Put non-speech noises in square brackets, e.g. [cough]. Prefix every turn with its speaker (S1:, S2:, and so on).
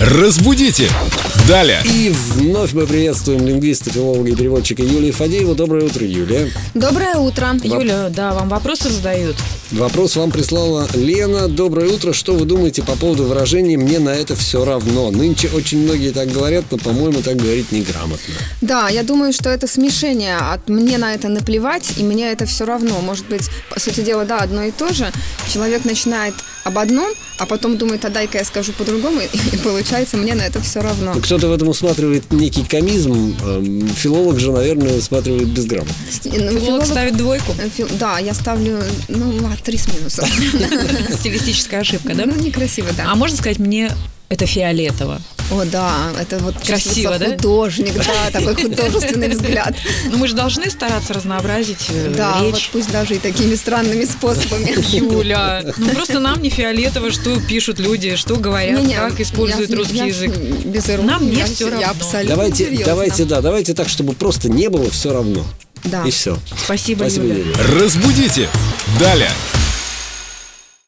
S1: Разбудите! Далее!
S2: И вновь мы приветствуем лингвиста, филолога и переводчика Юлию Фадееву. Доброе утро, Юлия.
S3: Доброе утро. Юля, да, вам вопросы задают.
S2: Вопрос вам прислала Лена. Доброе утро. Что вы думаете по поводу выражения «мне на это все равно»? Нынче очень многие так говорят, но, по-моему, так говорить неграмотно.
S3: Да, я думаю, что это смешение от «мне на это наплевать» и «мне это все равно». Может быть, по сути дела, да, одно и то же. Человек начинает об одном, а потом думает, а дай-ка я скажу по-другому, [laughs] и получается, мне на это все равно.
S2: Ну, Кто-то в этом усматривает некий комизм. эм, Филолог же, наверное, усматривает безграмотно.
S3: Ну, филолог-
S4: Филолог
S3: [laughs]
S4: ставит двойку.
S3: э, фил- Да, я ставлю, ну, ладно, три с минусом.
S4: Стилистическая ошибка, да?
S3: [laughs] Ну, некрасиво,
S4: А
S3: да.
S4: можно сказать, мне это фиолетово.
S3: О, да, это вот
S4: Красиво,
S3: чувствуется
S4: да?
S3: художник, да, такой художественный
S4: [laughs]
S3: взгляд.
S4: Ну, мы же должны стараться разнообразить э,
S3: Да, вот
S4: речь.
S3: пусть даже и такими странными способами.
S4: [laughs] Юля, ну просто нам не фиолетово, что пишут люди, что говорят,
S3: Не-не,
S4: как используют
S3: я-
S4: русский
S3: я
S4: язык.
S3: Без иронии,
S4: Нам не
S3: я
S4: всё
S3: Я
S4: равно.
S3: абсолютно
S2: Давайте,
S3: серьезно.
S2: давайте, да, давайте так, чтобы просто не было все равно.
S3: Да.
S2: И все.
S4: Спасибо,
S2: Спасибо,
S4: Юля.
S2: Юлия.
S1: Разбудите! Далее!